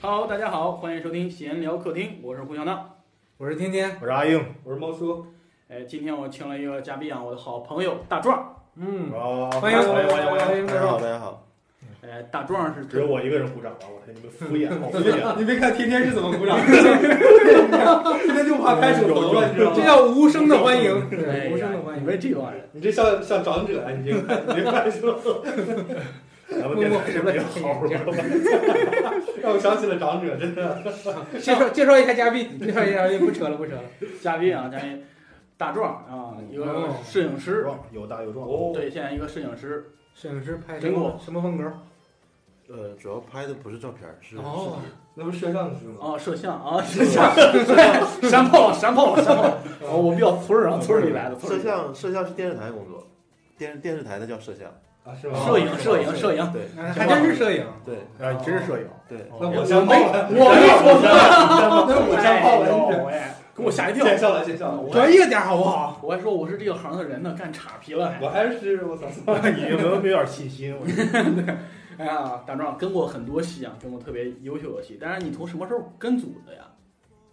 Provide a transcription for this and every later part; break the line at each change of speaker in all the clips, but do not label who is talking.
Hello，大家好，欢迎收听闲聊客厅，我是胡小闹。
我是天天，
我是阿英，我是猫叔。
哎，今天我请了一个嘉宾啊，我的好朋友大壮。
嗯，
哦，
欢迎
欢迎欢迎欢
欢
迎！
迎
大
大
家好，
壮，
大家好。
哎，大壮是
只有我一个人鼓掌了，我天，你们敷衍，好敷衍！
你没看天天是怎么 鼓掌，
今天就
怕拍手
头了，你知道
这叫无声的欢迎，
哎
对无声的欢
呀，你
迎，
为这帮人，
你这像像长者啊，你这个你这拍手。咱们电台是没有好了， 让我想起了长者，真的。
介绍介绍一下嘉宾，介绍一下嘉宾，不扯了不扯了，
嘉宾啊，嘉宾大壮啊，一个
哦
摄影师，
有大有壮，
对，现在一个摄影师，
摄影师拍什
苹
么
果
什么风格？
呃，主要拍的不是照片儿，是视
哦
频。
那不摄像师吗？
哦，摄像啊，摄像，对山炮了，山炮了，山炮了。哦，我比较村儿啊，村儿里来的，村儿
哦摄
里来的
像，摄像是电视台工作，电电视台的叫摄像。
啊，是
摄影，摄影，摄影。
对
哎还真是摄影，
对
啊，你真是摄影。
对，
那我
我
先
没，
报了，
我没说
那 我先报哦了，
哎呦喂，给我吓一跳。
见笑了，见笑了。我
专业点好不好？
我还说我是这个行的人呢，干岔皮了还。
我还 是我操，你有没有有点信心？我
哎呀，大壮跟过很多戏啊，跟过特别优秀的戏。但是你从什么时候跟组的呀？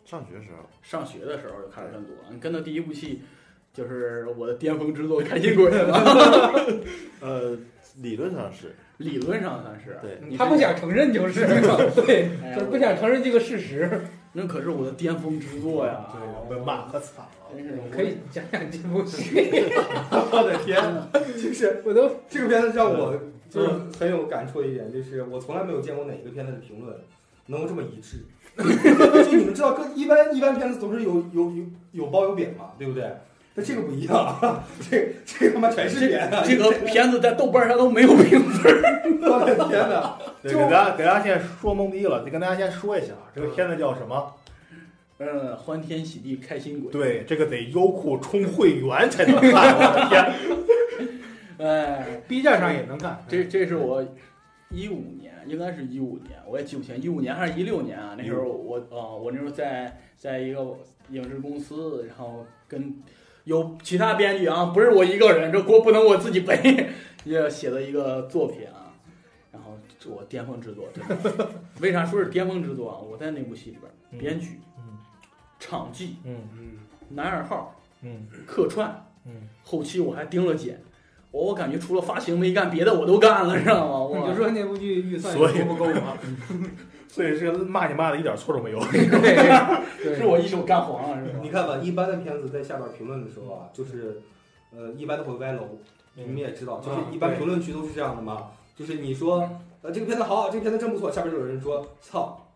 上学时候，
上学的时候就开始跟组了。你跟的第一部戏就是我的巅峰之作《开心鬼》了，
呃，理论上是
理论上算是。
对，
你
他不想承认就是，对，
哎呀
就是不想承认这个事实。
那可是我的巅峰之作呀！
对，被骂可惨了，
啊真是
可以讲讲这部戏，
我的天，就是
我都
这个片子让我
嗯
就是很有感触的一点，就是我从来没有见过哪一个片子的评论能够这么一致。 就你们知道，各一般一般片子总是有有有有褒有贬嘛，对不对？但这个不一样， 这这个他妈全是 贬啊！
这个片子在豆瓣上都没有评分。
我的天哪！
对，
就
给大家给大家现在说懵逼了，得跟大家先说一下，这个片子叫什么？
嗯，欢天喜地开心鬼。
对，这个得优酷充会员才能看。我的天，
哎，
B 站上也能
嗯
看，
这这是我一五年，应该是一五年，我也记不清，一五年还是一六年啊？那时候我啊、我那时候在在一个影视公司，然后跟有其他编剧啊，不是我一个人，这锅不能我自己背，也写了一个作品啊。然后这我巅峰之作，真的。 为啥说是巅峰之作啊？我在那部戏里边儿，编剧、
嗯
场记、
嗯
男二号、
嗯
客串，
嗯，
后期我还盯了剪，我我感觉除了发行没干别的我都干了，知道吗？我
你就说那部剧预算
所以
不够啊？
所以这个骂你骂的一点错都没有。
对 对，
是我一手干黄了，是吧？
你看吧，一般的片子在下边评论的时候啊，就是呃，一般都会歪楼。你们也知道，就是一般评论区都是这样的嘛，就是你说呃这个片子好，这个片子真不错，下边就有人说操，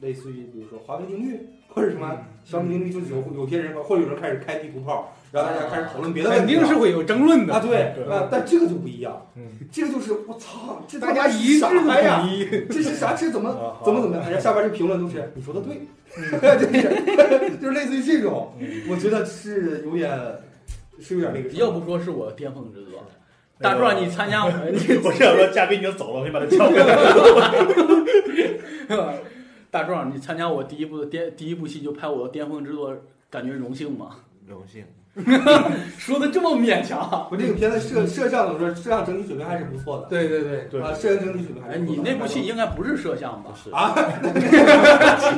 类似于比如说华为定律或者什
嗯
么。小米定律就是有有些人或者有人开始开地图炮，然后大家开始讨论别的问
肯
题
定
了
是会有争论
啊，
的，
对
对
啊，但这个就不一样，
嗯
这个就是我操，这他
大
妈
家一致
啥
的
呀？
统一。
这是啥？这怎么
啊
怎么怎么样？人家哎下边这评论都是你说的对， 就是就是类似于这种，我觉得是有点
哎
是有点那个什么，
要不说是我巅峰之作。
那
大
个
壮，你参加我们，你
我想说嘉宾已经走了，我得把他叫回 来。
大壮，你参加我第一部的巅第一部戏就拍我的巅峰之作，感觉荣幸吗？
荣幸。
说的这么勉强。
我这个片子摄摄像怎么说？摄像整体水平还是不错的。
对对对，
对
啊，摄像整体水平还
哎，
是不错
你
的。
那部戏应该不是摄像吧
不？是
啊，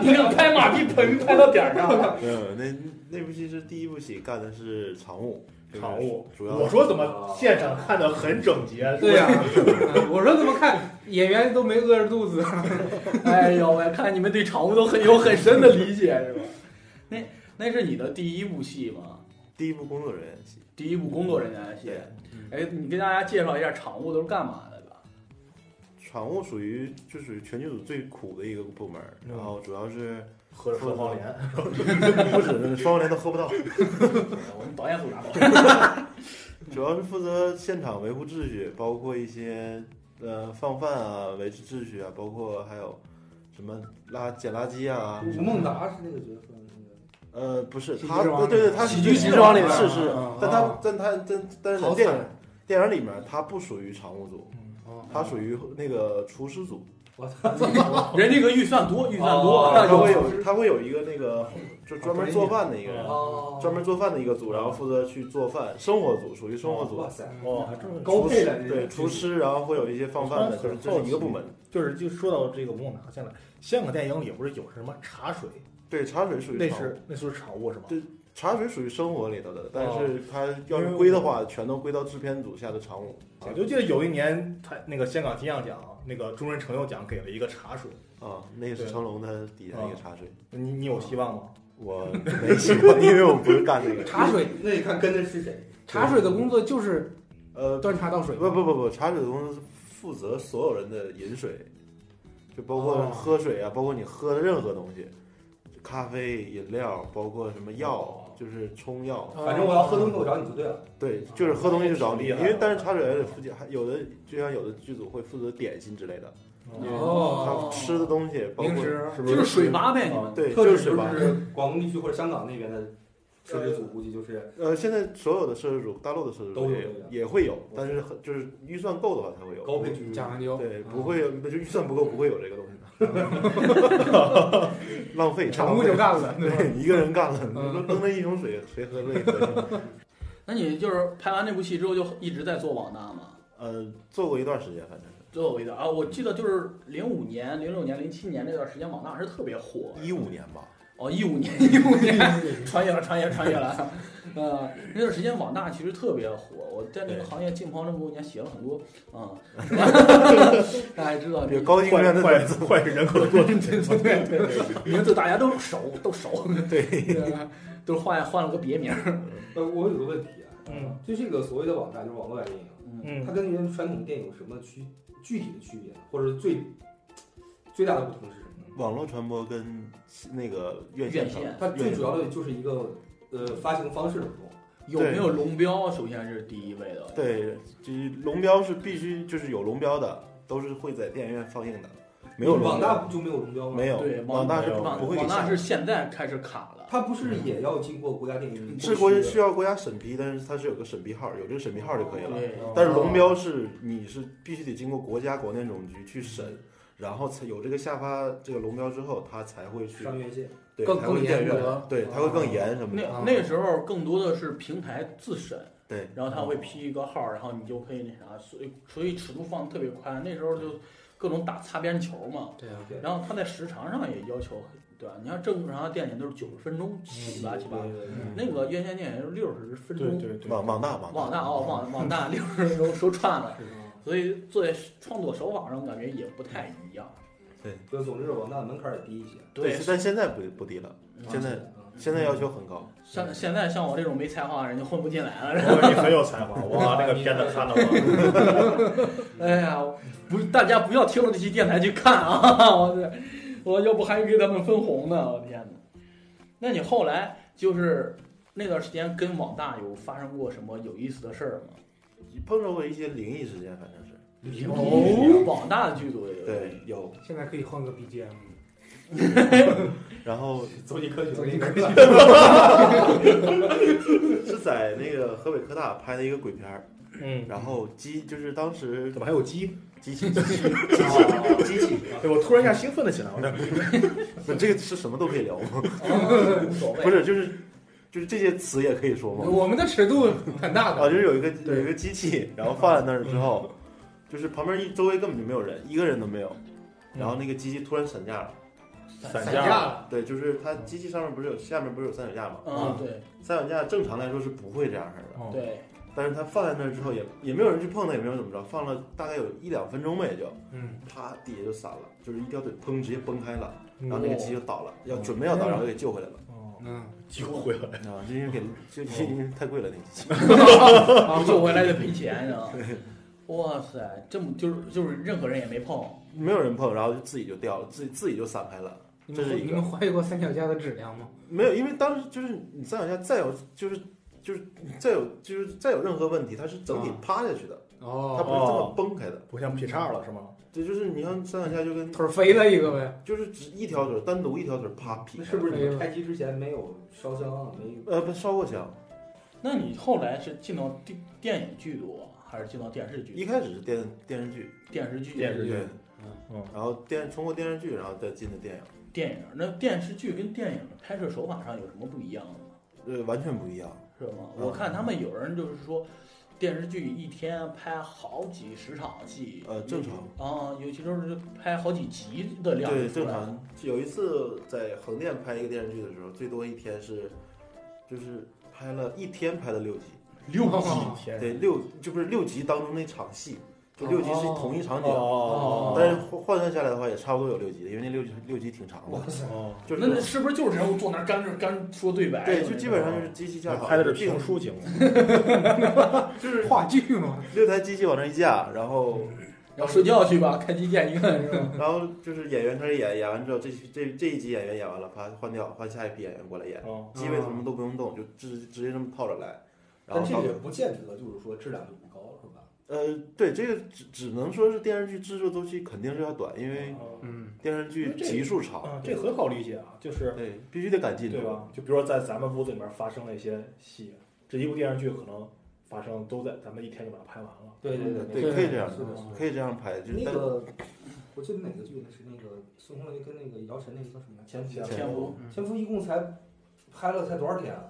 你俩拍马屁盆拍到点儿上了。
没有，那那部戏是第一部戏，干的是常务。就是
场务，
主要
我说怎么现场看的很整
啊
洁？
对呀、 嗯我说怎么看演员都没饿着肚子，
哎呦喂，看来你们对场务都很有很深的理解，是吧？那那是你的第一部戏吗？
第一部工作人员戏，
第一部工作人员的戏
对。
哎，你跟大家介绍一下场务都是干嘛的吧？
常务属于就属于全剧组最苦的一个部门儿，然后主要是
喝着说方言，嗯
不止双联都喝不到，
我们导演组拿到。
主要是负责现场维护秩序，包括一些呃放饭啊、维持秩序啊，包括还有什么垃捡垃圾啊。
吴孟达是那个角色，那
呃，不是
喜剧
他，
之王
对对对，他
喜
喜
剧
剧
之
之王里
王
是是
啊，
但
啊
他但他但但是在
好
电影电影里面他不属于常务组，他属于那个厨师组，
我操，
人这个预算多，预算多
哦，
但是
他
我
会有他会有一个那个就专门做饭的一个人，
哦
专门做饭的一个组，然后负责去做饭，生活组属于生活组
哇，塞，
嗯
哦，还
厨
真
高配的那种
对厨师，然后会有一些放饭的，就是这是一个部门。
就是就说到这个文化拿下来，香港电影里不是有什么茶水，
对，茶水属于
那
生活
是那是茶物是吗？
对茶水属于生活里头的，但是它要是归的话，全都归到制片组下的常务
我就记得有一年他那个香港金像奖那个终身成就奖给了一个茶水，
啊。那个是
对
成龙他底下一个茶水，
你你有希望吗？
我没喜欢，因为我不是干这个。
茶水
那你看跟的是谁？
茶水的工作就是
呃，
端茶倒水，
不不不不，茶水公司负责所有人的饮水，就包括
哦
喝水啊，包括你喝的任何东西，咖啡、饮料，包括什么药
哦，
就是冲药。
哦
啊反正我要喝东西，我找你就对
啊
了。
对，就是喝东西就找你，
挺厉害
因
的
为但是茶水还得附近，还有的就像有的剧组会负责点心之类的，他
哦
吃的东西包
零
括
食
是不
就是水吧呗，你们
对，
特
就
指
是吧？
就是广东地区或者香港那边的摄制组，估计就是
呃，现在所有的摄制组，大陆的摄制
都
组
有
也
这个
也会有，但是很就是预算够的话才会有。
高配剧。
讲究，
对，
啊
不会有，就预算不够，不会有这个东西的，浪费，
场务就干了，对吧？
对，一个人干了，
嗯
扔扔了一桶水，谁喝乐意喝？
那你就是拍完那部戏之后就一直在做网大吗？
呃，做过一段时间，反正是
最后一个啊，我记得就是零五年、零六年、零七年那段时间，网大是特别火。
一五年吧。
哦，一五年， 一五年，穿越了，穿越，穿越了。呃，那段时间网大其实特别火，我在那个
对
行业浸泡这么多年，写了很多， 嗯，大家知道
比，如高精
坏
院的
坏坏人口多，
对对 对对对，名字大家都熟，都熟，
对，
对啊都换换了个别名儿。
呃，我有个问题啊，
嗯
就这个所谓的网大，就是网络电影，它
嗯，
跟原传统电影有什么区具体的区别，或者是最最大的不同是什么呢？
网络传播跟那个院
院
传
线
它最主要的就是一个呃发行方式的不同。
有没有龙标，首先是第一位的。
对，就是龙标是必须就是有龙标的，都是会在电影院放映的，没有龙
网
标
大就没有龙标吗？
没有
对，
网
网
大是
网
不会给
网大
下
是现在开始卡了。
它不是
嗯
也要经过国家电影
嗯
局？
是国需要国家审批，但是它是有个审批号，有这个审批号就可以了。
对，
嗯
但是
哦
龙标是你是必须得经过国家广电总局去审，然后才有这个下发这个龙标之后，它才会去
上院线，
对，
更
才会
更
电
严
院，
格，
对，它会更严什么
那
的。
那个时候更多的是平台自审，
对，
然后他会批一个号，然后你就可以那啥，所以所以尺度放得特别宽。那时候就各种打擦边球嘛，
对啊，
然后他在时长上也要求很，对吧？你看正常的电影都是九十分钟起吧，起吧，
嗯
那个院线电影就是六十分
对
钟。
对对，
网网大网
网大哦，网网大六十分钟说串了，所以做创作手法上感觉也不太一样。
就总之网大的门槛也低一些。
对，
但现在不不低了，
嗯
现在
嗯
现在要求很高。
像现在像我这种没才华的人就混不进来了。
哦你很有才华，哇，那个片子看的 我，
哎呀，不，大家不要听了这期电台去看啊！ 我这，我要不还给他们分红呢！我天哪！那你后来就是那段时间跟网大有发生过什么有意思的事儿吗？
碰着过一些灵异事件，反正是
有，网大的剧组也有。
对有。
现在可以换个 BGM，
然后
走进科学，
走 进科学
是在那个河北科大拍的一个鬼片儿，
嗯，
然后机就是当时
怎么还有鸡？
机 器机器
哦
机器，
对我突然一下兴奋了起来，我这
不这个是什么都可以聊吗？
哦无所谓。
不是，就是就是这些词也可以说吗？
我们的尺度很大
啊，
的，
就是有一个有一个机器，然后放在那儿之后，就是旁边一周围根本就没有人，一个人都没有。然后那个机器突然散架了，
散
散
架
架
了，
了，
对，就是它机器上面不是有下面不是有三脚架吗？
嗯，对
三脚架正常来说是不会这样式的，
哦，
对，
但是它放在那儿之后也也没有人去碰它，也没有怎么着，放了大概有一两分钟吧，也就
嗯，
啪底下就散了，就是一条腿砰直接崩开了，然后
嗯
那个机器就倒了，要准备要倒，然后给救回来了
哦，
嗯，
救回来，
啊，就因为给就就因为太贵了那个机器，
啊救回来得赔钱啊！哇塞，这么就是就是任何人也没碰，
没有人碰，然后就自己就掉了，自己自己就散开了。
你
这是一
们
个
你们怀疑过三脚架的质量吗？
没有，因为当时就是你再往下再有就是就是再有就是再有任何问题，它是整体
啊
趴下去的，它
哦，
不是这么崩开的。
不像劈叉了是吗？
对，就是你看三两下就跟
腿儿飞了一个呗，
就是只一条腿单独一条腿啪劈
那
开，
是不是你们开机之前没有烧香，啊没
呃，不烧过香，
那你后来是进到啊电电影剧组，还是进到电视剧？
一开始是电电视剧，
电视剧
电视剧
对，然后电通过电视剧，然后再进的电影，
电影那电视剧跟电影的拍摄手法上有什么不一样的吗？
呃，完全不一样。
是吗？
嗯
我看他们有人就是说，电视剧一天拍好几十场戏，
呃，正常。
啊，有些时候是拍好几集的量，
对，正。常。有一次在横店拍一个电视剧的时候，最多一天是，就是拍了一天拍了六集，
六集，
哦天
对，六就不是六集当中那场戏，就六集是同一场景，
哦
但是换换算下来的话也差不多有六集，因为那六集六集挺长的，
哦，
就
那那
是。
是不是就是人物坐那儿干着干说对白？
对，就基本上就是机器架好，
哦拍的是
定
评书节目，
就是
话剧嘛，
六台机器往那一架，然后
要睡觉去吧，开机店一
嗯
看是吧？
然后就是演员开始演，演完之后这这这一集演员演完了，啪换掉，换下一批演员过来演，
哦，
机位什么都不用动，就直直接这么套着来。然
但
后
这
到
个也不见得就是说质量就不高，是吧？
呃，对，这个只只能说是电视剧制作周期肯定是要短，因为
嗯，
电视剧集数长
啊，，哦这很好理解啊，就是
对，必须得赶进
对
度。
吧？就比如说在咱们屋子里面发生了一些戏，这一部电视剧可能发生都在咱们一天就把它拍完了。
对
对
对
对，可以这样
是的，是的。
可以这样拍，就是
那
但
个，我记得哪个剧呢？是那个孙红雷跟那个姚晨那个叫什么来着？前夫
前
天赋
嗯
前夫一共才拍了才多少天啊？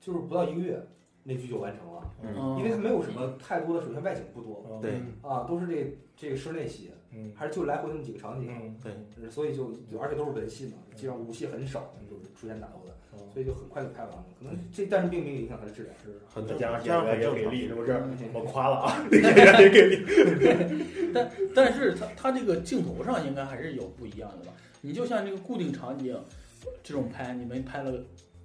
就是不到一个月，那剧就完成了，
嗯，
哦
因为它没有什么太多的，首先外景不多
嗯
对，
啊，都是这这个室内戏，
嗯
还是就来回那么几个场景，
嗯，
对
呃所以就而且都是文戏嘛，
嗯
基本上武戏很少，就是出现打斗的，
嗯
所以就很快就拍完了。可能这但是并没有影响它的质量。
是
很
再
正
加上
常，这样
演
很
员也
正
给
常。
力，是不是？ 我夸了啊，演员也给力。
但是它它这个镜头上应该还是有不一样的吧？你就像这个固定场景这种拍，你们拍了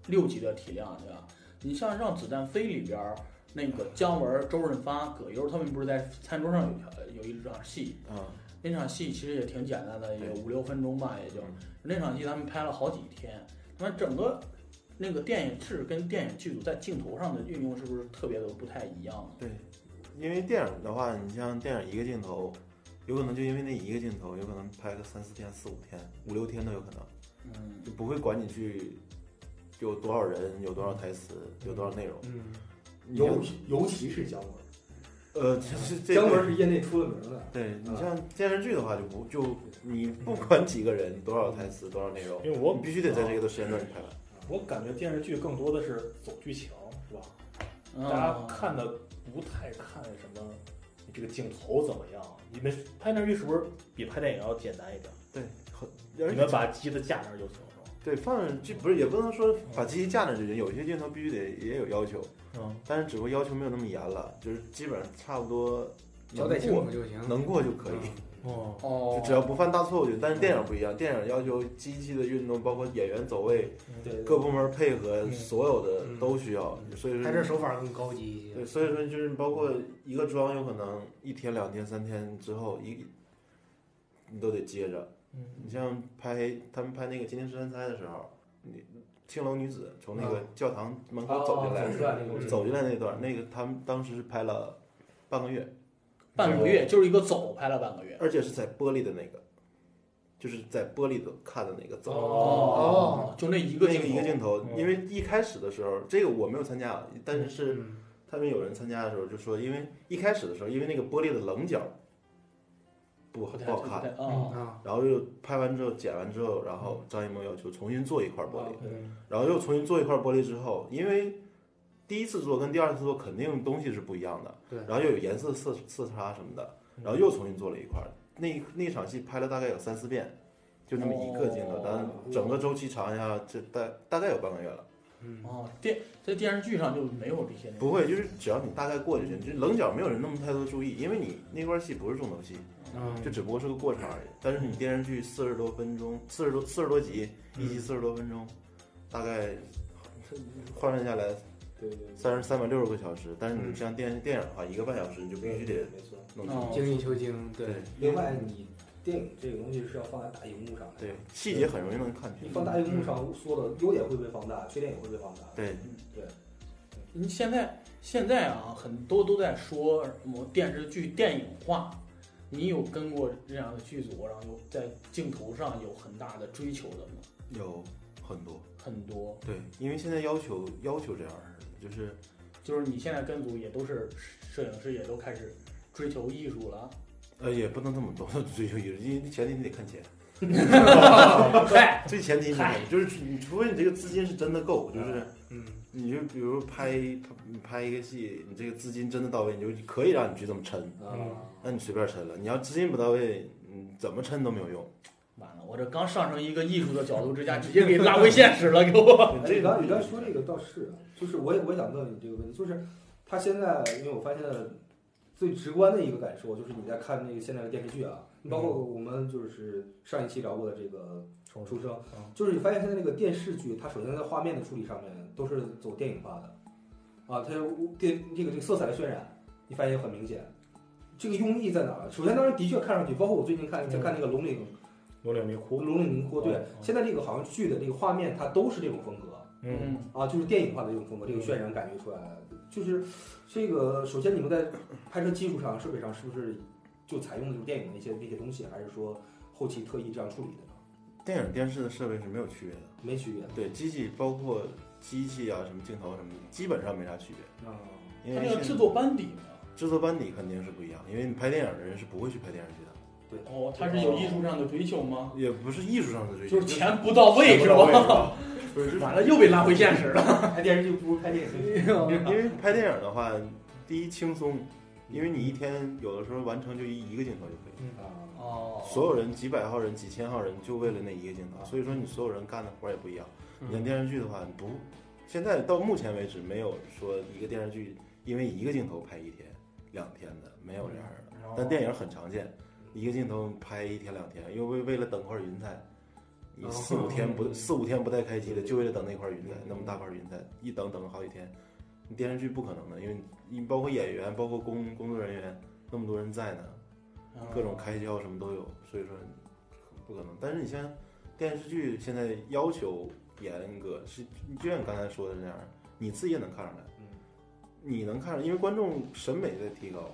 六集的体量，对吧？你像《让子弹飞》里边儿那个姜文、周润发、葛优他们不是在餐桌上有一条有一场戏，
嗯，
那场戏其实也挺简单的，也
对
五六分钟吧，也就
嗯
那场戏他们拍了好几天，那整个那个电影制跟电影剧组在镜头上的运用是不是特别的不太一样
嗯
呢？
对，因为电影的话，你像电影一个镜头，有可能就因为那一个镜头，有可能拍个三四天、四五天、五六天都有可能，
嗯，
就不会管你去有多少人、有多少台词、有多少内容。
嗯，
你像
尤其尤其是姜文，
呃，这这这
姜文是业内出了名的。
对你
啊
像电视剧的话，就不就你不管几个人、多少台词、多少内容，
因为我
你必须得在这个的时间段里拍完。
啊我感觉电视剧更多的是走剧情，是吧？
嗯
大
啊
家看的不太看什么，你这个镜头怎么样？你们拍电视剧是不是比拍电影要简单一点？
对，很
你
而且
们把机子架那儿就行，是
对放这不是也不能说把机器架那就行，有些镜头必须得也有要求，
吧？嗯，
但是只不过要求没有那么严了，就是基本上差不多
交代
能
清
过
楚就行。嗯
能过就可以，
哦，
哦
就，只要不犯大错误就。但是电影不一样，电影要求机器的运动，包括演员走位，
对，
各部门配合，
嗯
所有的
嗯
都需要，所以说
拍摄手法更高级一些
对，。所以说就是包括一个妆，有可能一天、两天、三天之后，一你都得接着。
嗯，
你像拍他们拍那个《金陵十三钗》的时候，你青楼女子从那
啊
个教堂门口走
哦
进来，
啊走出来那个
嗯
走进来那段，那个他们当时是拍了半个月，
半个月就是一个走拍了半个月。
而且是在玻璃的那个，就是在玻璃的看的那个走。
哦，就那一
一
个
那
镜头，哦
个一个镜头，
嗯
因为一开始的时候，这个我没有参加，但是
嗯
他们有人参加的时候就说，因为一开始的时候，因为那个玻璃的棱角不
不太
不好看，嗯
啊。哦
啊，
然后又拍完之后剪完之后，然后张艺谋要求重新做一块玻
哦
璃，
嗯
然后又重新做一块玻璃之后，因为第一次做跟第二次做肯定东西是不一样的，
对
然后又有颜色色色差什么的，
嗯
然后又重新做了一块，那那场戏拍了大概有三四遍，就那么一个镜头
哦，
但整个周期长下来，这大大概有半个月了。
嗯，
哦，电在电视剧上就没有这些内容。
不会，就是只要你大概过就行。就棱角没有人那么太多注意，因为你那块戏不是重头戏，
嗯
就只不过是个过场而已。但是你电视剧四十多分钟，四十多四十多集，一集四十多分钟，大概换算下来
对对，
三十三百六十个小时。但是你像电电影的话，一个半小时你就必须得
没错。
弄清。
哦，
精益求精，对，
另外，你电影这个东西是要放在大荧幕上的，
对，细节很容易能看
你
清。
放大荧幕上说的优点会被放大，缺点也会被放大。
对，
你现在现在啊，很多都在说什么电视剧电影化。你有跟过这样的剧组，然后有在镜头上有很大的追求的吗？
有很多。
很多，
对，因为现在要求要求这样似的，就是
就是你现在跟组也都是摄影师，也都开始追求艺术了。
呃，也不能这么多 追求艺术，因为前提你得看钱，
嗨，
最前提你
嗨
就是你除非你这个资金是真的够，就是
嗯，
你就比如拍拍拍一个戏，你这个资金真的到位，你就可以让你去这么抻，
啊，
那你随便抻了。你要资金不到位，嗯，怎么抻都没有用。
完了，我这刚上升一个艺术的角度之下，直接给拉回现实了，给
啊
我。
哎你刚你刚说这个倒是，啊就是我也我也想问你这个问题，就是他现在，因为我发现最直观的一个感受就是你在看那个现在的电视剧啊，包括我们就是上一期聊过的这个
重
嗯
《出生》，就是你发现现在那个电视剧，它首先在画面的处理上面都是走电影化的，啊，它电这个这个色彩的渲染，你发现也很明显。这个用意在哪儿？首先，当然的确看上去，包括我最近看在看那个《龙岭
有点没哭，
龙岭宁波》，对
嗯，
现在这个好像剧的这个画面，它都是这种风格。
嗯，
啊，就是电影化的这种风格，这个渲染感觉出来了。就是这个，首先你们在拍摄技术上、设备上是不是就采用的就是电影的一些那些东西，还是说后期特意这样处理的呢？
电影电视的设备是没有区别的，
没区别
对机器包括机器啊什么镜头什么的，基本上没啥区别。
啊。
他
因为
哦那个
现
制作班底呢？
制作班底肯定是不一样，因为你拍电影的人是不会去拍电视剧的，
哦，他是有艺术上的追求吗？
也不是艺术上的追求，
就是钱不到位是吧？
不是，就是
完了又被拉回现实了。
拍电视剧不如拍电影。
因为拍电影的话，第一轻松，因为你一天有的时候完成就一一个镜头就可以。
啊，
哦
所有人几百号人、几千号人就为了那一个镜头，所以说你所有人干的活儿也不一样。
嗯
你看电视剧的话，你不，现在到目前为止没有说一个电视剧因为一个镜头拍一天、两天的，没有这样的。
哦
但电影很常见，一个镜头拍一天两天，因为为了等块云彩，你
哦
四五天不四五天不带开机的，就为了等那块云彩，那么大块云彩，一等等了好几天。你电视剧不可能的，因为你包括演员，包括工工作人员，那么多人在呢，
嗯
各种开销什么都有，所以说不可能。但是你像电视剧现在要求严格，是就像你刚才说的那样，你自己也能看出来，
嗯
你能看出来，因为观众审美在提高，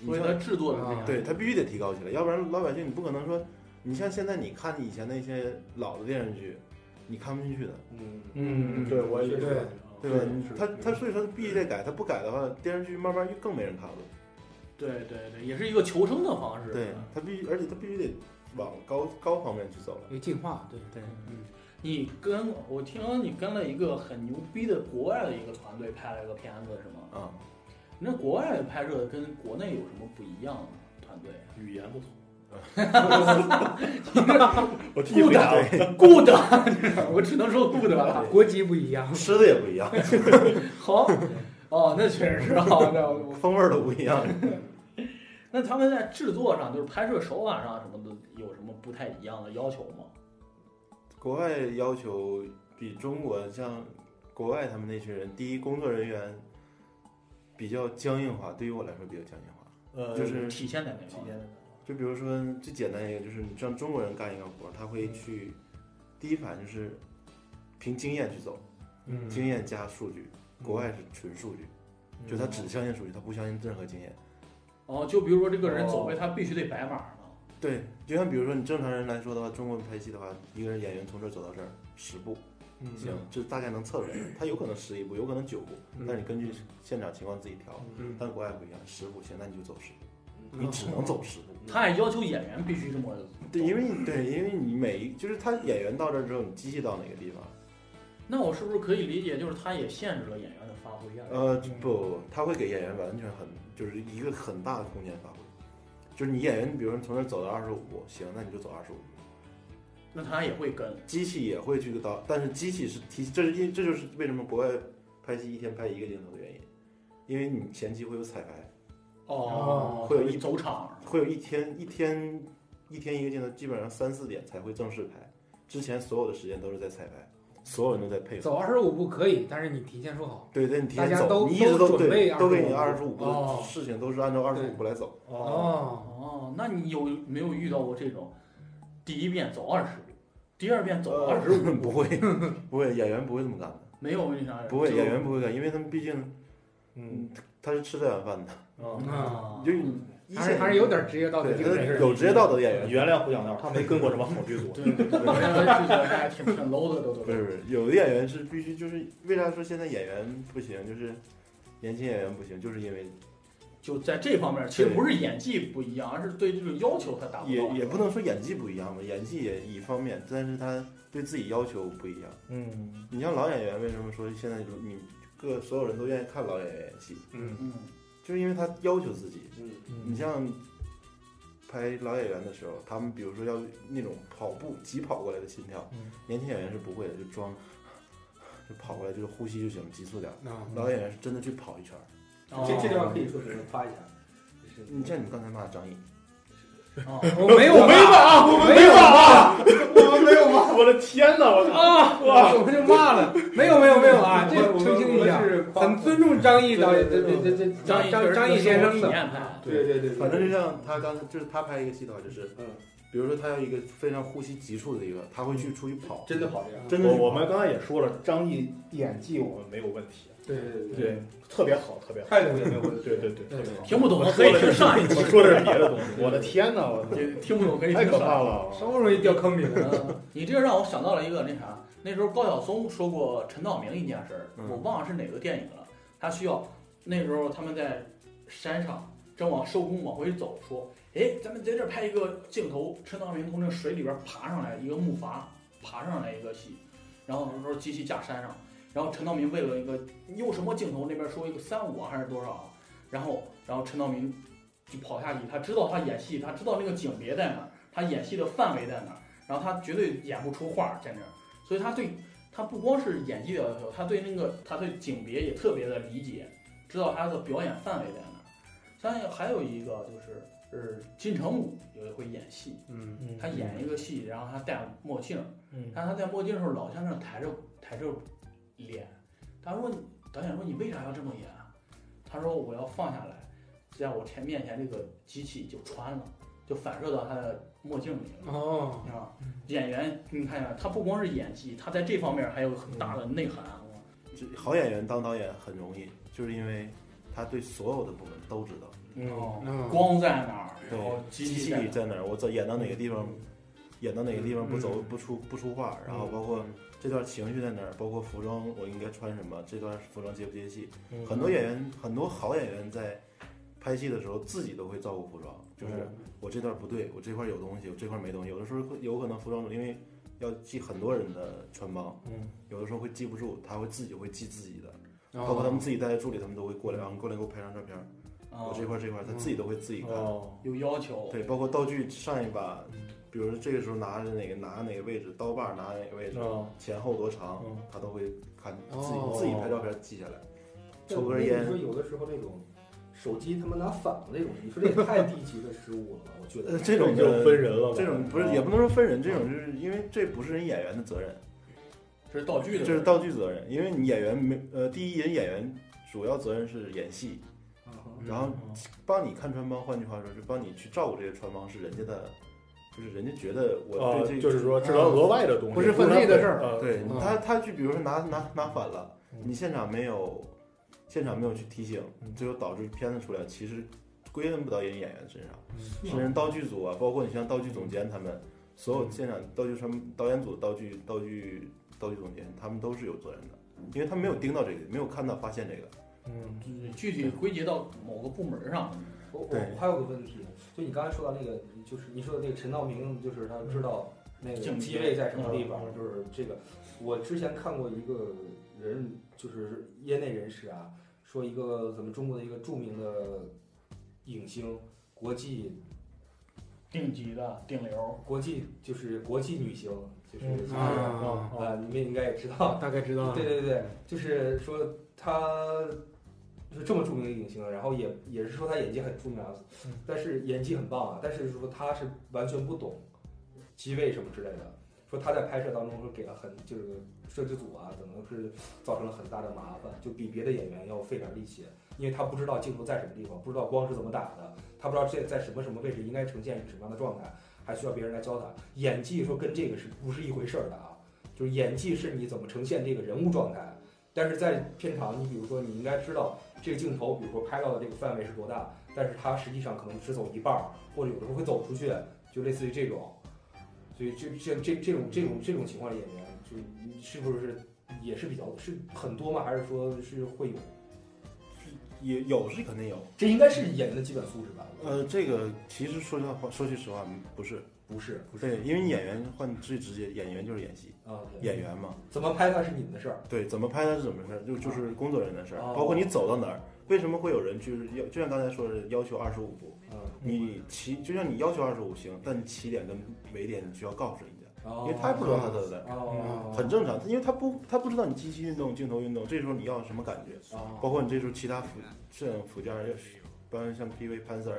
你
所以他
像
制作的这样。
嗯对他必须得提高起来，要不然老百姓你不可能说，你像现在你看以前那些老的电视剧，你看不进去的，
嗯，啊
嗯
对我也是
对
对吧？你他他所以说必须得改，他不改的话，电视剧慢慢就更没人看了。
对对对，也是一啊个求生的方式。
对他必须，而且他必须得往高高方面去走了。
一个进化，对，
对
嗯，你跟我听说你跟了一个很牛逼的国外的一个团队拍了一个片子是吗？
啊、
那国外拍摄跟国内有什么不一样的吗？团 队
语言不同，
我体会到了
good，我 只能说 good 了。
国籍不一样，
吃的也不一样，
好，哦，那确实是啊，那 我
风味儿都不一样。
那他们在制作上，就是拍摄手法上什么的，有什么不太一样的要求吗？
国外要求比中国像国外他们那群人，第一工作人员比较僵硬化，对于我来说比较僵硬化。
呃，
就是
体现在哪
体
方面？
验
就比如说最简单一个，就是你让中国人干一个活儿，他会去第一反应就是凭经验去走，
嗯
经验加数据。国外是纯数据，就他只相信数据，他不相信任何经验。
哦，嗯就比如说这个人走位，他必须得摆码呢。
对，就像比如说你正常人来说的话，中国人拍戏的话，一个人演员从这儿走到这儿十步，
嗯
行，这大概能测出 来。他有可能十一步，有可能九步，但是你根据现场情况自己调。
嗯
但国外不一样，十步行，那你就走十步，
嗯
你只能走十步。
他也要求演员必须这么
对，因为你对，因为你每一就是他演员到这儿之后，你机器到哪个地方？
那我是不是可以理解，就是他也限制了演员的发挥啊？
呃，不不，不他会给演员完全很就是一个很大的空间发挥。就是你演员，你比如说从这儿走到二十五步，行，那你就走二十五步。
那他也会跟。
机器也会去到，但是机器是提，这是因这就是为什么国外拍戏一天拍一个镜头的原因，因为你前期会有彩排，
哦，
会有
一
一
走场。
会有一天一天一天一个镜头，基本上三四点才会正式拍，之前所有的时间都是在彩排，所有人都在配合。
走二十五步可以，但是你提前说好，
对对，你提
大
前
家
走，
都
你一直
都准备
对，都给你二
25
十五步
哦
的事情都是按照二十五步来走。
哦，
哦，
哦，那你有没有遇到过这种，第一遍走二十步，第二遍走二十五？
呃 不会，不会，演员不会这么干的，
没有那啥人。
呃不会，
就
演员不会干，因为他们毕竟
嗯
他是吃这碗饭的，
哦
啊，
嗯
啊，
就一
还是
线
还是有点职业道德
对，
精
他
神。
是有职业道德的演员。
原谅胡小闹，他没跟过什么好剧组，
对对对，我认为这个还挺挺 low 的，都都
不是
都。
不是，有的演员是必须就是为啥说现在演员不行，就是年轻演员不行，就是因为
就在这方面，其实不是演技不一样，而是对这种要求他达不
也
到。
也不能说演技不一样吧，演技也一方面，但是他对自己要求不一样。
嗯
你像老演员，为什么说现在就你各所有人都愿意看老演员演戏，
嗯
嗯
就是因为他要求自己。
嗯，
你像拍老演员的时候，他们比如说要那种跑步急跑过来的心跳，
嗯
年轻演员是不会的，就装 就跑过来，就是呼吸就行，急速点儿。
啊，
老演员是真的去跑一圈儿。
哦
这这地方可以说是夸一下，就是
你像你刚才骂张译，
哦
我没有
没
骂，
啊，我
没有
啊，我们没有骂，我的天哪，我
啊，我们就骂了，没有没有没有啊，这
我
个
们
澄清一下
我，们是夸
很尊重张译导演，这
对
这
对
这这
张译
张张
张
译先生
体
的，
验派，
对对对，
反正就像他刚才就是他拍一个戏的话，就是
嗯，
比如说他要一个非常呼吸急促的一个，他会去出去跑，
真的跑这样，
嗯真的去
我
跑
我们刚才也说了，张译演技我们没有问题，
对对对，
对，特别好，特别好，
态度也没有问题，
对对对，特别好。
听不懂
我
可以
说的
听
是
上一期
我，说的是别的东西，我的天哪，我
这听不懂可以
太
听
可
上一期。
怕了，
稍不容易掉坑里了。
嗯你这个让我想到了一个那啥，那时候高晓松说过陈道明一件事儿，
嗯
我忘了是哪个电影了。他需要那时候他们在山上正往收工往回走，说：“哎，咱们在这儿拍一个镜头，陈道明从那水里边爬上来，一个木筏爬上来一个戏。”然后他说机器架山上，然后陈道明为了一个用什么镜头那边说一个三五啊还是多少啊，然后然后陈道明就跑下去，他知道他演戏，他知道那个景别在哪儿，他演戏的范围在哪儿。然后他绝对演不出画儿在那儿，所以他对他不光是演技的要求，他对那个他对景别也特别的理解，知道他的表演范围在哪儿。相信还有一个就是是金城武也会演戏，
嗯，
他演一个戏，然后他戴墨镜儿，
嗯
但他戴墨镜的时候老像那抬着抬着脸。他说导演说你为啥要这么演啊？他说我要放下来，在我前面前这个机器就穿了，就反射到他的墨镜里了。
哦，
啊，演员，你看一下，他不光是演技，他在这方面还有很大的内涵。
就好演员当导演很容易，就是因为他对所有的部分都知道，
嗯，
哦，光在哪儿，
对
然后机
机器
在哪儿
在哪儿，我走演到哪个地方，演到哪个地方不走不出不出话，然后包括这段情绪在哪儿，包括服装我应该穿什么，这段服装接不接戏，很多演员很多好演员在拍戏的时候自己都会照顾服装，就是我这段不对，我这块有东西，我这块没东西，有的时候会有可能服装因为要记很多人的穿帮，
嗯，
有的时候会记不住，他会自己会记自己的。
哦
包括他们自己带的助理，他们都会过来，然后过来给我拍张照片儿。
啊
我这块儿这块儿，他自己都会自己看。
哦，
有要求，
对，包括道具上一把，比如说这个时候拿着哪个拿哪个位置，刀把拿哪个位置，
哦，
前后多长
嗯，
他都会看自
哦
己自己拍照片儿记下来。抽
那
根
你
烟
说有的时候那种手机他们拿反了那种，你说这也太低级的失误了吧？我觉
呃，
得
这种
就
的
分人了，哦
这种不是也不能说分人，这种就是因为这不是人演员的责任，
这是道具的，
这是道具责任，因为你演员没呃，第一人演员主要责任是演戏，然后帮你看穿帮，换句话说是帮你去照顾这些穿帮，是人家的，就是人家觉得我
啊
对这，
就是说知道额外的东西，
不是分内的事儿
呃
对
嗯
他，他去，比如说拿拿拿反了
嗯，
你现场没有，现场没有去提醒
嗯，
最后导致片子出来，其实归根不到人演员身上，
嗯
甚至道具组啊，包括你像道具总监他们，所有现场道具穿导演组、道具道具道具总监，他们都是有责任的，因为他没有盯到这个，没有看到发现这个。
嗯
嗯具体归结到某个部门上。
我我
对
我还有个问题，就你刚才说到那个，就是你说的那个陈道明，就是他知道那个
竞技
机位在什么地方
嗯，
就是这个。我之前看过一个人，就是业内人士啊，说一个咱们中国的一个著名的影星，国际
顶级的顶流，
国际就是国际女星，就是
嗯
就是
啊
啊
啊，你们应该也知道，
大概知道了
对，对对对，就是说他就这么著名的影星，然后也也是说他演技很著名啊
嗯，
但是演技很棒啊，但是说他是完全不懂机位什么之类的。说他在拍摄当中说给了很就是摄制组啊，等等是造成了很大的麻烦，就比别的演员要费点力气，因为他不知道镜头在什么地方，不知道光是怎么打的，他不知道这在什么什么位置应该呈现一个什么样的状态，还需要别人来教他。演技说跟这个是不是一回事儿的啊？就是演技是你怎么呈现这个人物状态，但是在片场，你比如说你应该知道这个镜头，比如说拍到的这个范围是多大，但是它实际上可能只走一半儿，或者有的时候会走出去，就类似于这种。所以这这这这种这种这种情况的演员，就是你是不是也是比较是很多吗？还是说是会有？
也有是肯定有，
这应该是演员的基本素质吧？我觉得
呃，这个其实说实话，说句实话，不是，
不是，不
对
是，
因为演员换最直接，演员就是演戏，
啊，对
演员嘛，
怎么拍它是你们的事儿，
对，怎么拍它是怎么回事儿，就就是工作人员的事儿，
哦
包括你走到哪儿，为什么会有人就是要，就像刚才说的，要求二十五步，
嗯，
你起就像你要求二十五行，但你起点跟尾点你需要告诉人
因
家，
哦
因为他不知道他在哪儿。
嗯
哦，
很正常，因为他不他不知道你机器运动、镜头运动，这时候你要什么感觉，
哦，
包括你这时候其他附摄影附件儿，包括像 PV、Panzer、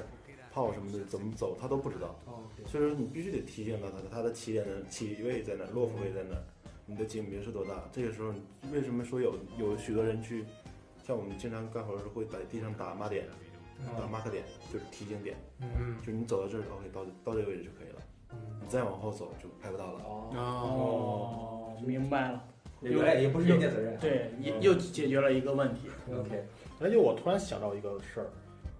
炮什么的怎么走，他都不知道。
哦，OK
所以说你必须得提醒到他，他的起点的起位在哪儿，落伏位在哪儿，你的景别是多大。这个时候，为什么说有有许多人去，像我们经常干活的时候会在地上打码点，打 mark 点，就是提醒点，
嗯
就是你走到这儿，OK，到到这个位置就可以了。你再往后走就拍不到了。
哦，
哦，明白了，
原哎来也不是人家责任。
对，又又解决了一个问题。
OK，
而且哎我突然想到一个事儿，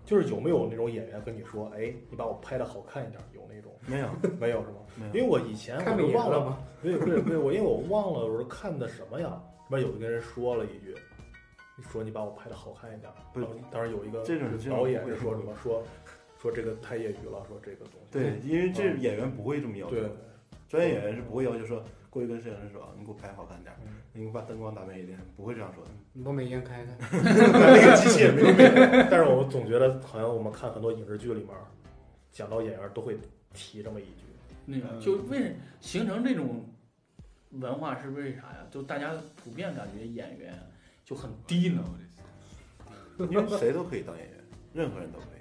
就是有没有那种演员跟你说，哎，你把我拍的好看一点儿，有那种
没有，
没有是吗？
没
嗯
有
因为我以前
看
我
美
就
颜
忘
了
了
吗？
对对对，我因为我忘了我是看的什么呀，里边有一个人说了一句，说你把我拍的好看一点儿。
不
然后当时有一个
这种这种
导演
不
是
会
说什么说说这个太业余了，说这个东西。
对，因为这演员不会这么要求
对，，
专业演员是不会要求说过去跟摄影师说，啊你给我拍好看点儿
嗯，
你给我把灯光打美一点，不会这样说的。
你把美颜开开。
那个机器也没有变。但是我总觉得好像我们看很多影视剧里面，讲到演员都会提这么一句。
那个
嗯
就为形成这种文化是为啥呀？就大家普遍感觉演员就很低能，
因为谁都可以当演员，任何人都可以。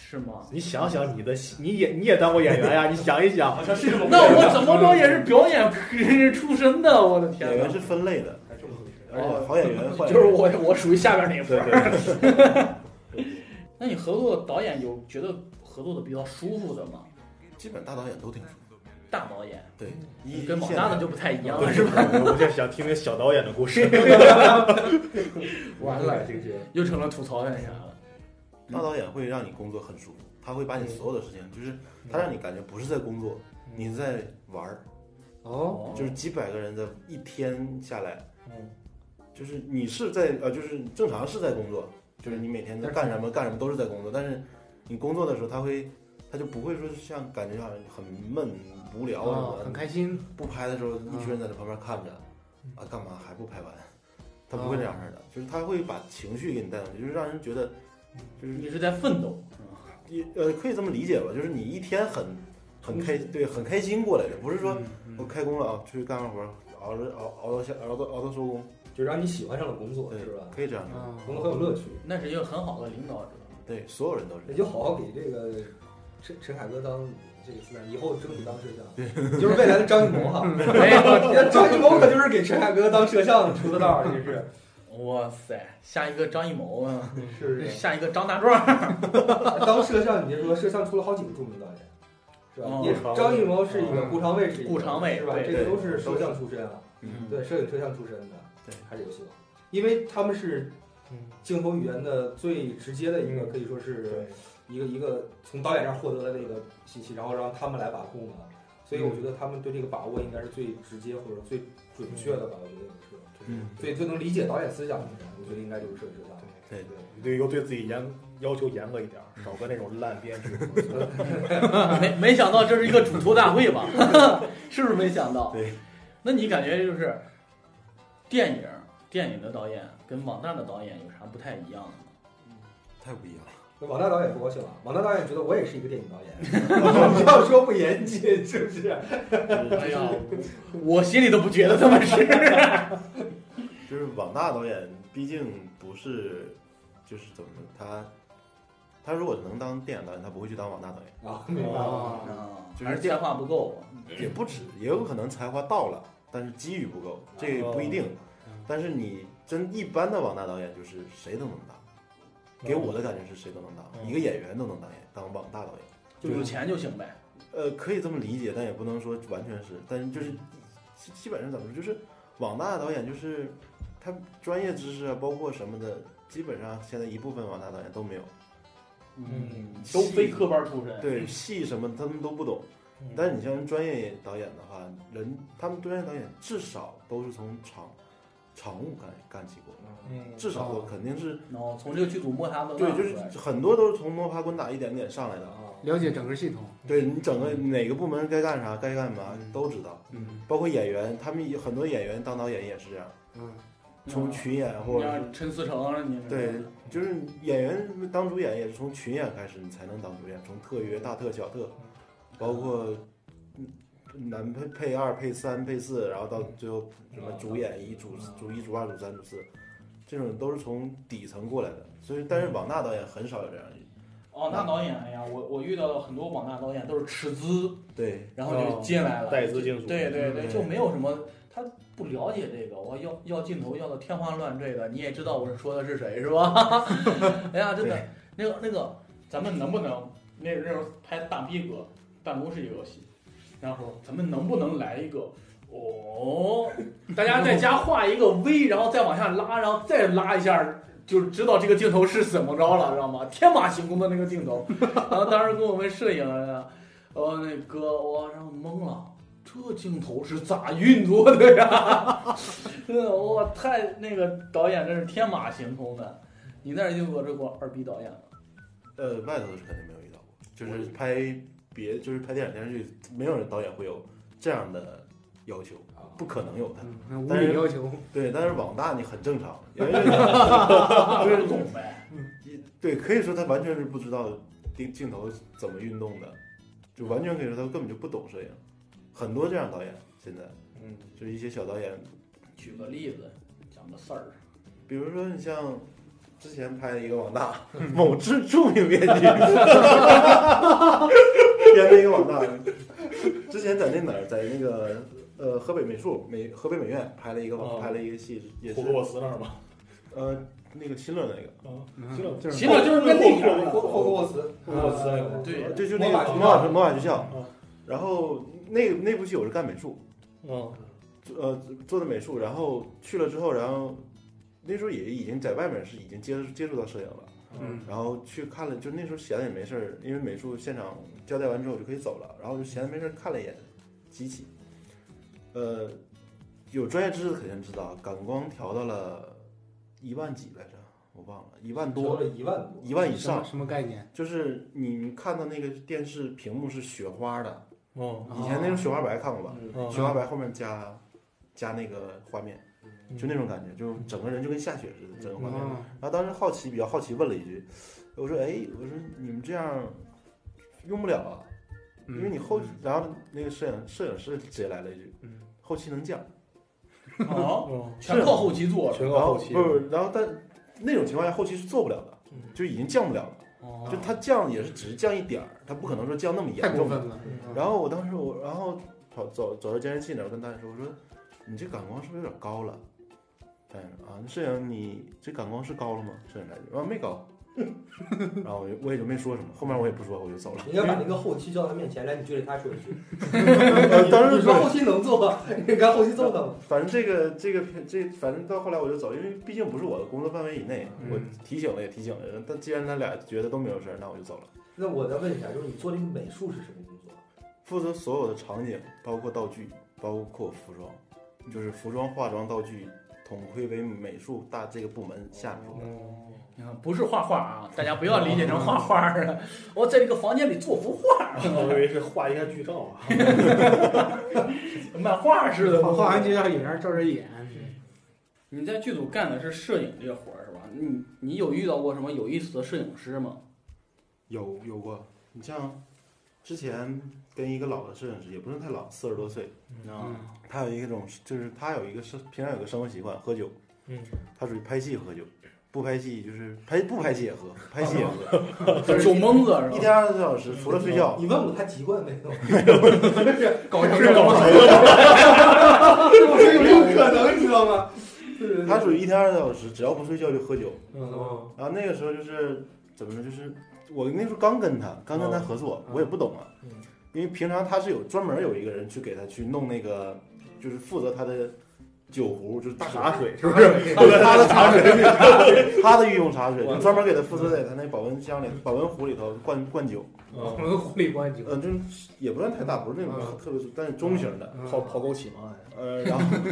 是吗？
你想想你的，你也你也当过演员呀？你想一想，
好像是这么回事
那
儿
我怎么着也是表演出身的，我的
演
天
员
哪！
是分类的，
还这么回事儿
而且好演员坏
哦就是我，我属于下边那一波
对。对对，
那你合作导演有觉得合作的比较舒服的吗？
基本大导演都挺熟。
大导演
对，一
跟老
线
大的就不太一样了，是
是
吧？
吧？我就想听听小导演的故事。
完了，
这个是
又成了吐槽那啥了。
大导演会让你工作很舒服，他会把你所有的事情，就是他让你感觉不是在工作，你在玩儿，
哦，
就是几百个人的一天下来，
嗯
就是你是在呃，就是正常是在工作，就是你每天在干什么干什么都是在工作，但是你工作的时候，他会他就不会说像感觉好像很闷无聊啊什么
哦
的，
很开心。
不拍的时候，一群人在这旁边看着，
嗯
啊，干嘛还不拍完？他不会这样式
哦
的，就是他会把情绪给你带上去，就是让人觉得，
嗯
就是
你是在奋斗，嗯
一呃，可以这么理解吧，就是你一天很很开，
嗯
对，很开心过来的，不是
嗯
说我开工了啊，出去干完活儿，熬着熬熬到下熬到熬到收工，
就让你喜欢上了工作，
对
是吧，？
可以这样说，
啊，
工作很有乐趣，
那是一个很好的领导者。
对，所有人都是
你嗯就好好给这个陈陈凯歌当这个思想，以后争取当摄像，你就是未来的张艺谋哈。
哎呦我天！
张艺谋可就是给陈凯歌当摄像出的道儿，这是
哇塞，下一个张艺谋啊，
是不是？
下一个张大壮，
当摄像，你别说，摄像出了好几个著名导演，是吧
哦？
也张艺谋是一个，
嗯
顾长卫是一个，
顾长卫
是吧？
对
这个
对
都是摄像出身啊，
嗯，
对，摄影摄像出身的，
对，
还是有希望，因为他们是
嗯，
镜头语言的最直接的一个，可以说是
对，
一个一个从导演那儿获得的那个信息，然后让他们来把控的，所以我觉得他们对这个把握应该是最直接或者最准确的吧，我觉得也是，
嗯，
所以最能理解导演思想的人，我觉得应该就是摄影
嗯
摄像。
对
对。
你对又对自己严要求严格一点儿，少跟那种烂编剧。
没没想到这是一个主图大会吧？ 是不是没想到？
对。
那你感觉就是电影电影的导演跟网大的导演有啥不太一样的吗？
太不一样了。
那王大导演不高兴了，王大导演觉得我也是一个电影导演， 不要说不严谨，是不是？
哎呀， 我心里都不觉得他们是。
就是网大导演，毕竟不是，就是怎么说他，他如果能当电影导演，他不会去当网大导演，
啊，明白了。
哦
啊
就是
还是电话不够啊。
也不止，也有可能才华到了，但是机遇不够，这也不一定。但是你真一般的网大导演，就是谁都能当，给我的感觉是谁都能当，
嗯
一个演员都能当演当网大导演。
就有钱就行呗。
呃，可以这么理解，但也不能说完全是，但是就是基基本上怎么说，就是网大导演就是他专业知识啊，包括什么的，基本上现在一部分网大导演都没有，
嗯，都非科班出身。
对戏什么他们都不懂。
嗯
但是你像专业导演的话，人他们专业导演至少都是从厂常务干干起过，
嗯
至少都肯定是
然后从这个剧组摸爬滚打
对，
出
就
来嗯
是很多都是从摸爬滚打一点点上来的。
啊，
了解整个系统，
对你整个哪个部门该干啥该干嘛都知道，
嗯
包括演员，他们也很多演员当导演也是这样，
嗯
从群演或
你
者
像
是
陈思诚，啊你
对，就是演员当主演也是从群演开始，你才能当主演，从特约、大特、小特，包括嗯男配配二、配三、配四，然后到最后什么主演一、主主一、主二、主三、主四，这种都是从底层过来的。所以，但是网大导演很少有这样的，
哦，那导演，哎呀，我我遇到了很多网大导演都是斥资，
对，
然后就进来了，
哦带资进组，
对对对，
嗯
就没有什么他不了解这个，我要要镜头要的天花乱坠的，你也知道我说的是谁是吧？ 哎呀，真的，那个那个，咱们能不能那那时候拍大逼格办公室游戏，然后咱们能不能来一个？哦，大家在家画一个 V，然后再往下拉，然后再拉一下，就知道这个镜头是怎么着了，知道吗？天马行空的那个镜头。然后当时跟我们摄影，呃，那哥，我让懵了，这镜头是咋运作的呀？ 真的，我太那个导演真是天马行空的。你那儿就我这给我二逼导演了，
呃，外头是肯定没有遇到过，就是拍别就是拍电影电视剧，没有人导演会有这样的要求，
啊
不可能有的。
嗯，那无理要求，
对，但是网大你很正 常，因为就是
不懂呗。
对，可以说他完全是不知道镜镜头怎么运动的，就完全可以说他根本就不懂摄影。很多这样导演现在
嗯，
就是一些小导演，
举个例子，讲个事儿，
比如说你像之前拍的一个网大 某知著名编剧 编的一个网大，之前在那哪儿，在那个呃河北美术美河北美院拍了一个网
哦
拍了一个戏，也是
霍格沃茨那儿嘛，
呃那个新乐那个。
嗯，
嗯就是
其实就是跟那个
霍霍格沃茨，
霍格沃茨
哎
那个，
对，
对，就那个
魔
魔法
法学校
魔法学校
嗯。
然后那那部戏我是干美术，
嗯，
呃，做的美术，然后去了之后，然后那时候也已经在外面是已经接接触到摄影了，
嗯
然后去看了，就那时候闲的也没事儿，因为美术现场交代完之后我就可以走了，然后就闲的没事儿看了一眼机器，呃，有专业知识的肯定知道，感光调到了一万几来着，我忘了，一万
多
多，
了一万多，
一万以
什么
上，
什么概念？
就是你看到那个电视屏幕是雪花的，
嗯，
以前那种雪花白看过吧？
嗯
雪花白后面加加那个画面，就
嗯
那种感觉，就整个人就跟下雪似的，整个画面。
哦
然后当时好奇，比较好奇问了一句，我说：“哎，我说你们这样用不了啊，
嗯
因为你后期。”然后那个摄影摄影师直接来了一句
嗯：“
后期能降。
啊，
哦
嗯，
全靠后期做的。
全”
然
靠
后
后期，
不是，然后但那种情况下后期是做不了的，
嗯
就已经降不了了。
哦
就它降也是只是降一点儿，它不可能说降那么
太
严
过
重。
分了。
嗯
嗯
然后我当时我，然后跑走走到监视器那儿，我跟导演说：“我说你这感光是不是有点高了？”导演说：“啊，摄影你这感光是高了吗？”摄影来句：“啊，没高。”然后我就我也就没说什么，后面我也不说，我就 走了。
人家把那个后期叫他面前来，你追着他说一 句，
呃当
你
时
说后期能做， 你看后期做的吗？
反正这个这个片这反正到后来我就走，因为毕竟不是我的工作范围以内，
嗯
我提醒了也提醒了，但既然他俩觉得都没有事儿，那我就走了。
那我再问一下，就是你做这个美术是什么工作？
负责所有的场景，包括道具，包括服装，就是服装、化妆、道具统归为美术大这个部门下面。
嗯
你看，不是画画啊，大家不要理解成画画啊。我在这个房间里做幅画，
我以为是画一下剧照啊，
漫画似的。
画画完就让演员照着演，
嗯
嗯
你在剧组干的是摄影这活儿是吧？你你有遇到过什么有意思的摄影师 吗？
有有过，你像之前跟一个老的摄影师，也不是太老，四十多岁，
啊，
他有一种就是他有一个生平常有个生活习惯，喝酒。
嗯，
他属于拍戏喝酒，不拍戏就是拍不拍戏也喝，拍戏也喝，
酒蒙子
一
是吧？
天二十四小时，除了睡觉，
你问我他籍 贯没有？
哦
搞成这种
我说有没有可能，你知道吗？
嗯
就是
他属于一天二十四小时，只要不睡觉就喝酒。
哦
嗯，
然后那个时候就是怎么说，就是我那时候刚跟他刚跟他合作，我也不懂啊，
嗯
因为平常他是有专门有一个人去给他去弄那个，就是负责他的酒壶，就是大
茶
茶
水是
是
吧？
不是？
他的 茶水，他的御用茶水，就专门给他负
嗯
责在他那保温箱里、保温壶里头灌灌酒，
我
嗯，
们狐狸关系，
呃，就是也不算太大，不是那种
嗯
特别，但是中型的，
嗯
跑跑枸杞嘛，
呃，然后。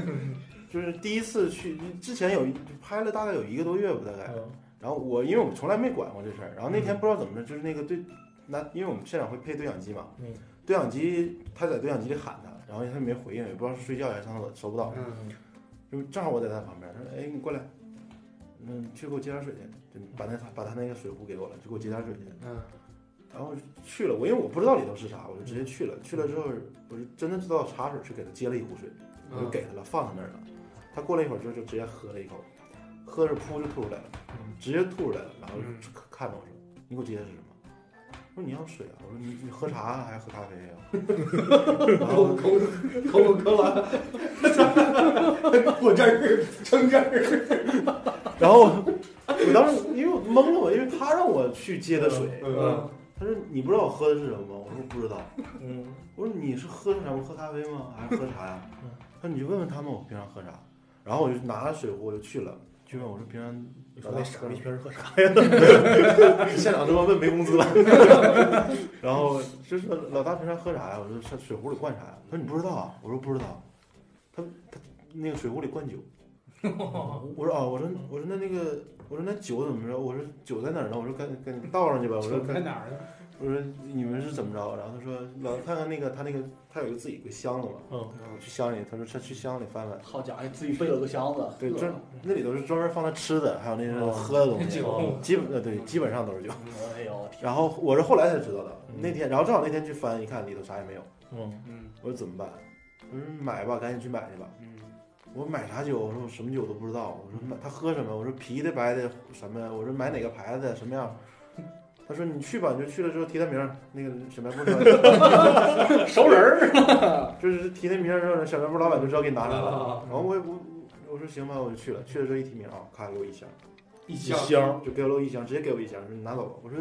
就是第一次去之前有一拍了大概有一个多月吧，大概。
嗯
然后我因为我从来没管过这事儿，然后那天不知道怎么着，就是那个对，那因为我们现场会配对讲机嘛，
嗯
对讲机他在对讲机里喊他，然后他没回应，也不知道是睡觉还是上厕所，收不到，
嗯
就正好我在他旁边，他说：“哎，你过来，嗯，去给我接点水去，就把那把他那个水壶给我了，就给我接点水去。”
嗯，
然后去了，我因为我不知道里头是啥，我就直接去了。去了之后，我就真的知道茶水，去给他接了一壶水，
嗯
我就给他了，放他那儿了。他过了一会儿之后，就直接喝了一口，喝着噗就吐出来了，
嗯
直接吐出来了。然后
嗯
看看着我说：“你给我接的是什么？”我说：“你要水啊。”我说：“你你喝茶啊还是喝咖啡呀、 然后
口口口渴了， 我这儿撑这儿，
然后我当时因为我懵了，我因为他让我去接的水，
嗯
他说：“你不知道我喝的是什么吗？”我说：“不知道。”
嗯
我说你是喝的什么？喝咖啡吗？还是喝茶呀、
嗯
他说你就问问他们我平常喝啥。然后我就拿了水壶我就去了，去问我说平常
你说那傻逼平时喝啥？
现场他妈问没工资了。 然后就是老大平常喝啥呀？我说上水壶里灌啥呀？他说你不知道啊？我说不知道。他他那个水壶里灌酒。
哦
我说啊，我说我说那那个我说那酒怎么着？我说酒在哪儿呢？我说赶紧赶紧倒上去吧。我说赶
嗯在哪儿啊呢？
我说你们是怎么着？然后他说老看看那个他那个他有一个自己有个箱子嘛。
嗯
我去乡里，他说他去乡里翻翻，
好家伙，自己背了个箱子，
对，
呵
专那里头是专门放他吃的，还有那
哦
个喝的东西，
酒
基本呃对，基本上都是酒。
哎呦天，
然后我是后来才知道的，
嗯
那天，然后正好那天去翻，一看里头啥也没有，
嗯
嗯
我说怎么办？我说买吧，赶紧去买去吧。
嗯，
我说买啥酒？我说我什么酒都不知道。我说买他喝什么？我说啤的、白的什么？我说买哪个牌子的什么样？他说你去吧，你就去了之后提他名儿，那个小卖部的，
熟人儿，
就是提他名儿之后，小卖部老板就知道给你拿来了。
啊
然后我也不，我说行吧，我就去了。去了之后一提名啊，咔给我一箱，
一
一
箱
箱
就给了我一箱，直接给我一箱，说你拿走吧。我说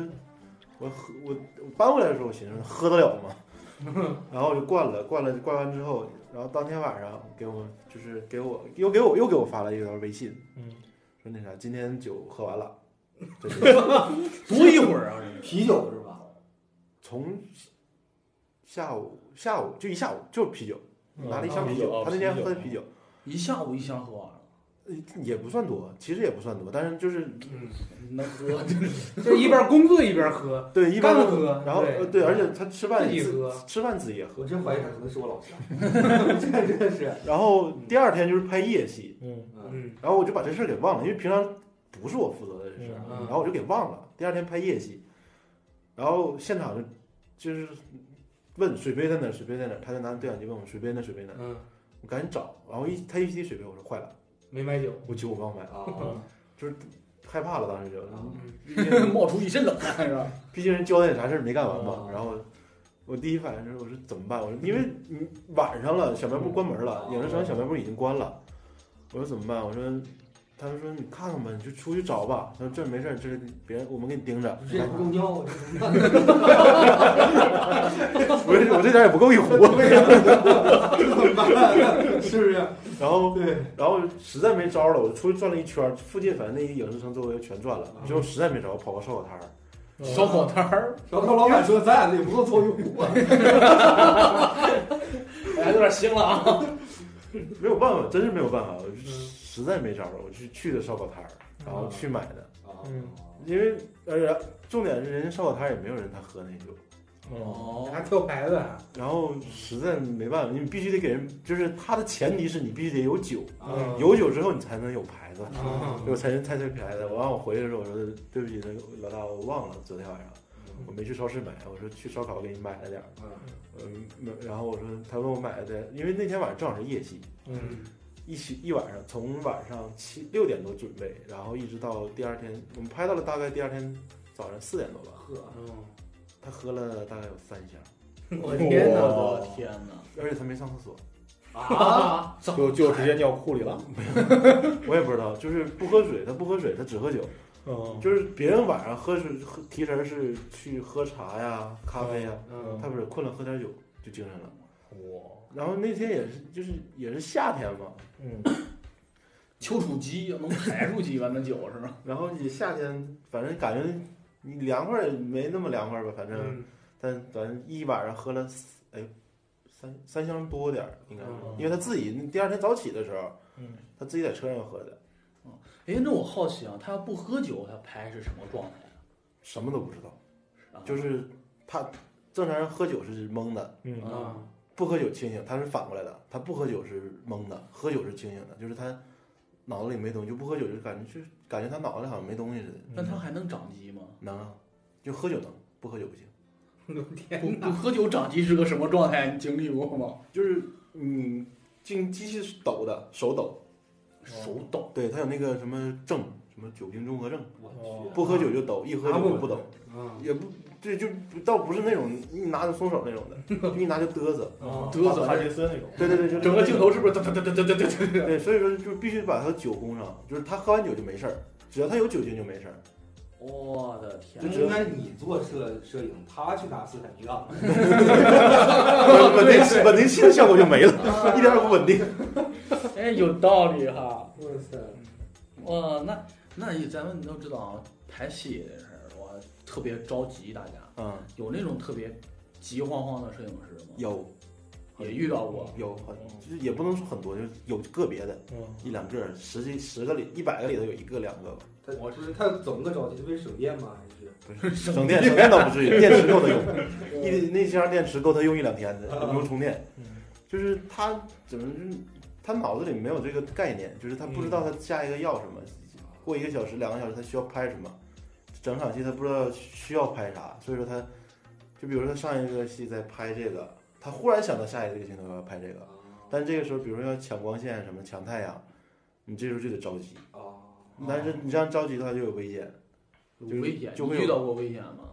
我喝我我搬回来的时候，我寻思喝得了吗？ 然后我就灌了，灌了，灌完之后，然后当天晚上给我就是给我又给我又给我发了一条微信，
嗯，
说那啥，今天酒喝完了，这是
多一会儿啊，
啤酒是吧？
从下午下午就一下午就是啤酒，拿了一
哦
箱啤
嗯
酒，他那天喝的
啤
哦啤酒
一下午一箱喝完了，
呃也不算多，其实也不算多，但是就是
嗯
能喝
就一边工作一边喝，
对 一般
干
都
喝，
然后
对
呃对，而且他吃饭
自己
也自
喝，
吃饭自己也喝，
我真怀疑他可能是我老乡，这真的是，
然后第二天就是拍夜戏，
嗯
嗯，
嗯
然后我就把这事儿给忘了，因为平常不是我负责的这事儿，
嗯
然后我就给忘了。第二天拍夜戏，然后现场就就是问水杯在哪儿，水杯在哪儿，他就拿对讲机问我水杯呢，水杯呢，
嗯，
我赶紧找，然后一他一提水杯，我说坏了，
没买酒，
我酒我忘买了，
啊，
害怕了当时就，
嗯
毕 竟
冒出一身冷汗是吧？
毕竟人交代啥事儿没干完嘛
啊，
然后。我第一反应是，我说怎么办？我说因为你晚上了，小卖部关门了，影视城小卖部已经关了。我说怎么办？我说，他们说你看看吧，你就出去找吧。他说这没事儿，这是别人我们给你盯着。
这也不够尿，
啊
这怎么 办？
我这我这点也不够一壶。
这怎么
啊
办？是不是？
然后
对，
然后实在没招儿了，我出去转了一圈儿，附近反正那些影视城周围全转了，最后实在没招儿，跑个烧烤摊儿。嗯
烧烤摊儿，
小涛老板说咱俩也不够凑一 壶
哦
啊，
哎，有点腥了啊，
没有办法，真是没有办法，我就实在没招儿了，我去去的烧烤摊儿，然后去买的，
嗯
因为而且重点是人家烧烤摊儿也没有人他喝那酒，
嗯
还
哦，
跳牌子啊，
然后实在没办法，你必须得给人，就是他的前提是你必须得有酒，
嗯
嗯
啊，
有酒之后你才能有牌子。
啊
我才才才牌子，我让我回去的时候，我说对不起，那个老大，我忘了昨天晚上我没去超市买，我说去烧烤给你买了点儿，嗯，没然后我说他问我买的，因为那天晚上正好是夜戏，
嗯
一起一晚上从晚上七六点多准备，然后一直到第二天，我们拍到了大概第二天早上四点多吧，
嗯
喝，
他喝了大概有三箱，
我天哪！
我的天哪，
而且他没上厕所，
嗯
啊，
就就直接尿裤里了。
我也不知道，就是不喝水，他不喝水，他只喝酒，
嗯
就是别人晚上喝水喝提神儿是去喝茶呀、咖啡呀，
嗯
他不是困了喝点酒就精神了。
我
然后那天也是，就是也是夏天嘛，
嗯
丘处机能排出去一碗的酒是吧？
然后你夏天，反正感觉你嗯凉快儿也没那么凉快儿吧，反正，
嗯
但咱一晚上喝了四哎三三箱多点儿，应该是
嗯，
因为他自己第二天早起的时候，
嗯，
他自己在车上喝的，
哎，那我好奇啊，他要不喝酒，他拍是什么状态
什么都不知道，
啊？
就是他正常人喝酒是懵的，
嗯
啊
啊，
不喝酒清醒，他是反过来的，他不喝酒是懵的，喝酒是清醒的，就是他脑子里没东西，就不喝酒就感觉就是感觉他脑子里好像没东西似的，
那他还能长肌吗？
能啊，就喝酒能，不喝酒不行。
不
嗯
不喝酒长肌是个什么状态？你经历过吗？
就是嗯，进机器是抖的，手抖，嗯
手抖，
对他有那个什么症，什么酒精综合症，
我
哦
去，
不喝酒就抖，一喝酒就不抖，
啊，
也不对，就不倒不是那种一拿就松手那种的，就一拿就嘚瑟，
嗯
嘚
啊
瑟
哈迪森那种，
对对 对，就
整个镜头是不是噔噔噔噔噔噔噔？
对，所以说就必须把他酒供上，就是他喝完酒就没事儿，只要他有酒精就没事儿，
我的天
就！
那
只有
应该你做摄摄影，他去打斯坦尼亚，
稳 定器稳定器的效果就没
嗯
了，一点也不稳定。
哎，有道理哈。
哇塞，
哇，那那咱们都知道啊，拍戏这事儿，我特别着急。大家
嗯，
有那种特别急慌慌的摄影师吗？
有
也遇到过。
有很，就是也不能说很多，就是有个别的
嗯，
一两个，十几十个里一百个里头有一个两个吧。
他不是他怎么个着急？是为省电吗？还是
不是省电，省电倒不至于，电池够他用，一那箱电池够他用一两天的，
啊
不用充电
嗯。
就是他怎么就是他脑子里没有这个概念，就是他不知道他下一个要什么，过一个小时、两个小时他需要拍什么，整场戏他不知道需要拍啥，所以说他就比如说他上一个戏在拍这个，他忽然想到下一个镜头要拍这个，
啊
但这个时候比如说要抢光线什么抢太阳，你这时候就得着急，
啊，
哦
但是你这样着急的话就有危险，就是
呃危险，
就
你
会
遇
有
到过危险吗？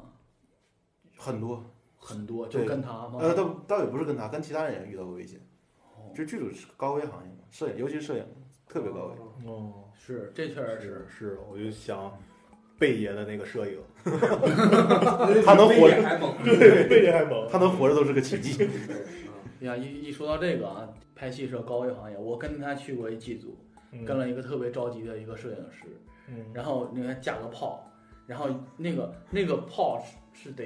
很多。
很多，就
对
跟他吗？
呃，倒倒也不是跟他，跟其他人也遇到过危险。
哦
就剧组是高危行业嘛，摄影，尤其是摄影，特别高危。
啊
哦，
是，这确实是。
是是，我就想贝爷的那个摄影，
他能活着
还猛，
对，贝爷还猛，嗯
他能活着都是个奇迹。
哎呀，一一说到这个啊，拍戏是个高危行业。我跟他去过一剧组，
嗯
跟了一个特别着急的一个摄影师，
嗯
然后那个架个炮，然后那个那个炮是是得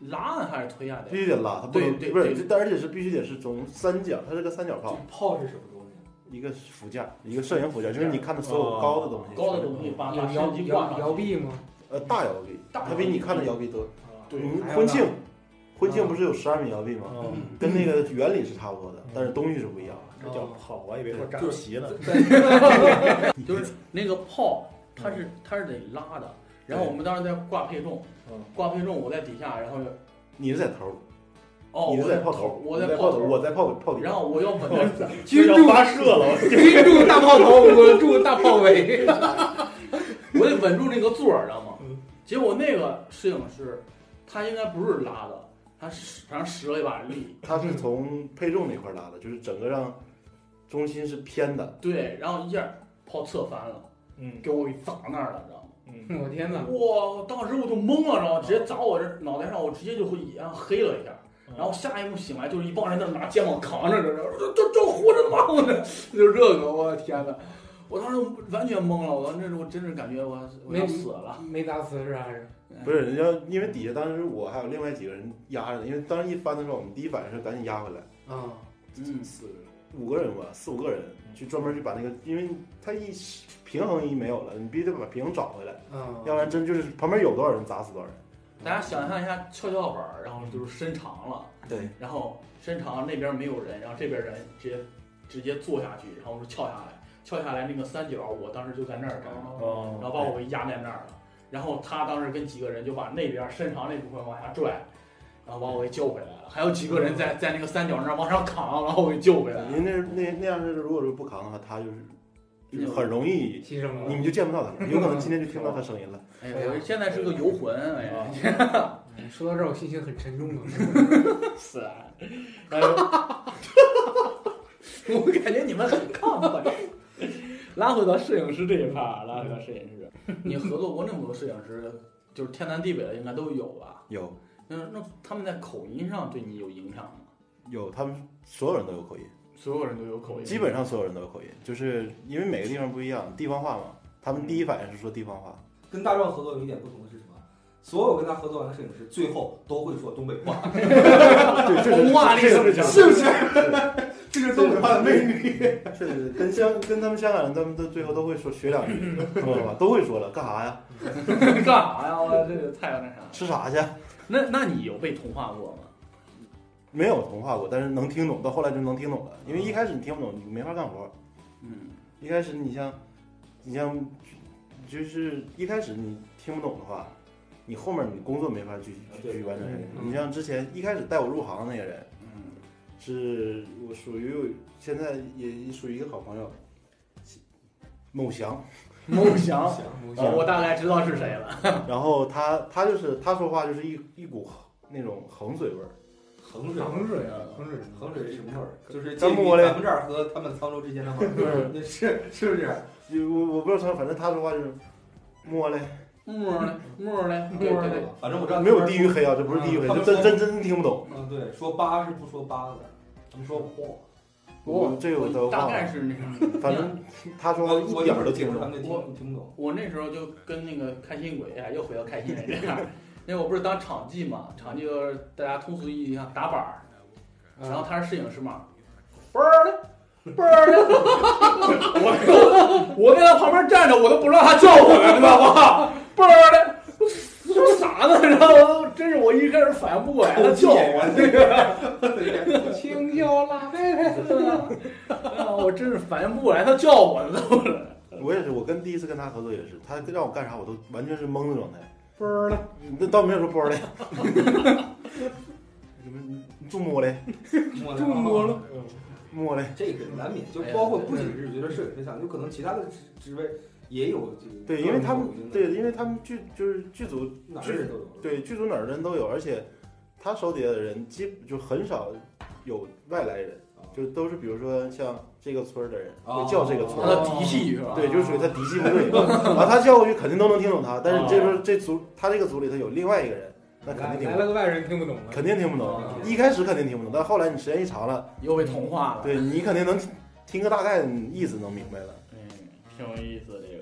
拉啊还是推啊？
必
得
须得拉，他不能
对对
不是，
对
但而且是必须得是从三角，它是个三角炮，
炮是什么东西？
一个辅架，一个摄影辅架，就是你看的所有
哦
高的东西，
高的东西把
有
把
啊摇
相机挂
摇
上
摇
去。
臂吗？
呃，大摇臂，
大摇
它
臂
比你看的摇臂多。
啊
对
嗯
还有
婚
呢
庆，婚
嗯
庆不是有十二米摇臂吗？
哦，
跟那个原理是差不多
嗯
的，但是东西是不一样的。
这叫
哦
跑，
啊
我还以为说扎
就是
皮呢，
就是那个炮，它是它是得拉的。然后我们当时在挂配重，
嗯
挂配重，我在底下，然后
你是在头，
哦，我
你是
在
炮头，
我
你在
炮
头，我在炮炮底。
然后我要 稳着，
军
要
住
发射了，我
军住大炮头，我住大炮尾。
我得稳住那个座儿，知道吗
嗯？
结果那个摄影师，他应该不是拉的，他使反正使了一把力，
它是从配重那块儿拉的，就是整个让中心是偏的，
对，然后一下炮侧翻了，
嗯
给我给砸那儿了，你知道吗？
嗯
我天哪！
哇！当时我就懵了，然后直接砸我这脑袋上，我直接就会然后黑了一下。然后下一幕醒来就是一帮人在那拿肩膀扛着，这这这活着吗？ 我这就这个，我的天哪！我当时完全懵了，我当时我真是感觉我我要死了。
没打死是还是？
不是人家，因为底下当时我还有另外几个人压着呢，因为当时一翻的时候，我们第一反应是赶紧压回来，
啊，
嗯，
四五个人吧，四五个人
嗯
去专门去把那个，因为他一平衡一没有了，你必须得把平衡找回来，
嗯，
要不然真就是旁边有多少人砸死多少人。
大家想象一下跷跷板儿，然后就是伸长了。
对，
然后伸长那边没有人，然后这边人直接直接坐下去，然后是翘下来，翘下来那个三角，我当时就在那儿站着，然 后
哦，
把我给压在那儿了。然后他当时跟几个人就把那边伸长那部分往下拽，然后把我给救回来了。还有几个人在在那个三角那儿往上扛，然后我给救回来了。
因为那那那样是如果说不扛的话，他就是就是很容易，
牺牲
你
了。
们就见不到 他了，有可能今天就听到他声音了。
哎呀，我现在是个游魂，哎呀，
说到这儿，我心情很沉重啊。
是啊。然 后我感觉你们很亢奋。拉回到摄影师这一趴，拉回到摄影师，你合作过那么多摄影师，就是天南地北的应该都有吧？
有
那那他们在口音上对你有影响吗？
有，他们所有人都有口音。
所有人都有口音，
基本上所有人都有口音，就是因为每个地方不一样，地方话嘛。他们第一反应是说地方话，
跟大壮合作有一点不同的是什么？所有跟他合作完的摄影师最后都会说东北 话，
对，这
童
是
话里
这个是
讲的
讲
是不是？这是东北话的魅力。
是是是跟香跟他们香港人，他们都最后都会说学 两句，知道吧？都会说了，干啥呀？
干啥哎呀？我这个太那啥。
吃啥去？
那那你有被同化过吗？
没有同化过，但是能听懂，到后来就能听懂了。因为一开始你听不懂，你没法干活。
嗯
一开始你像，你像，就是一开始你听不懂的话，你后面你工作没法去
啊
去
对
去完成下去。
嗯
你像之前一开始带我入行的那个人，
嗯
是我属于有现在也属于一个好朋友，某翔。
梦想，哦
想
我大概知道是谁了。
然后他他就是他说话就是一一股那种衡水味儿，
衡水，
衡水啊，衡水，
衡水是什么味儿？就是介
咱
于
们过来
咱们这儿和他们沧州之间的味
嗯
儿，那 是是不是？
就我我不知道他，反正他说话就是摸嘞，
沫儿嘞，沫儿嘞，对对对，
反正我知道
没有地域黑啊，这不是地域黑，
嗯
这真真真听不懂。
嗯，对，说八是不说八的，他们说我。
我这有的
大
话，
概是那样。
反正他说话
我
一
我
点儿都听
听
不
不
懂。
懂，听听不懂。
我那时候就跟那个开心鬼啊，又回到开心人这样。那我不是当场记嘛，场记就是大家通俗意义上打板儿，
嗯
然
啊
后他是摄影师嘛，嘣儿嘞，嘣儿嘞， 我我在他旁边站着，我都不知道他叫我呢，你知道吗？嘣儿嘞，说啥呢？ 然后真是我一开始反应不过来，他叫我那个。
青椒辣妹妹，
啊，我真是反应不过来，他叫我呢，都是。
我也是，我跟第一次跟他合作也是，他让我干啥我都完全是懵的状态。
啵儿了，
那倒没有说包嘞， 什么你你做摸嘞，
中
国了，
摸嘞，
啊这个难免
哎
就包括不仅是觉得摄影师像，就可能其他的职职位也有这个。
对，因为他们对，因为他们剧就是剧组
哪儿人都有。
对，剧组哪儿的人都有，而且他手底下的人基本就很少有外来人，
啊
就都是比如说像这个村儿的人
哦
会叫这个村
他的
儿，
嫡系是吧？
对，就是属于他嫡系部队，把啊他叫过去肯定都能听懂他，但是这
哦
边这组他这个组里头有另外一个人，那肯定听
来
不
了
懂，
个外人听不懂了，
肯定听不懂，
哦
一开始肯定听不懂，但后来你时间一长了，
又被同化了。
对你肯定能听个大概意思能明白了。
嗯，挺有意思这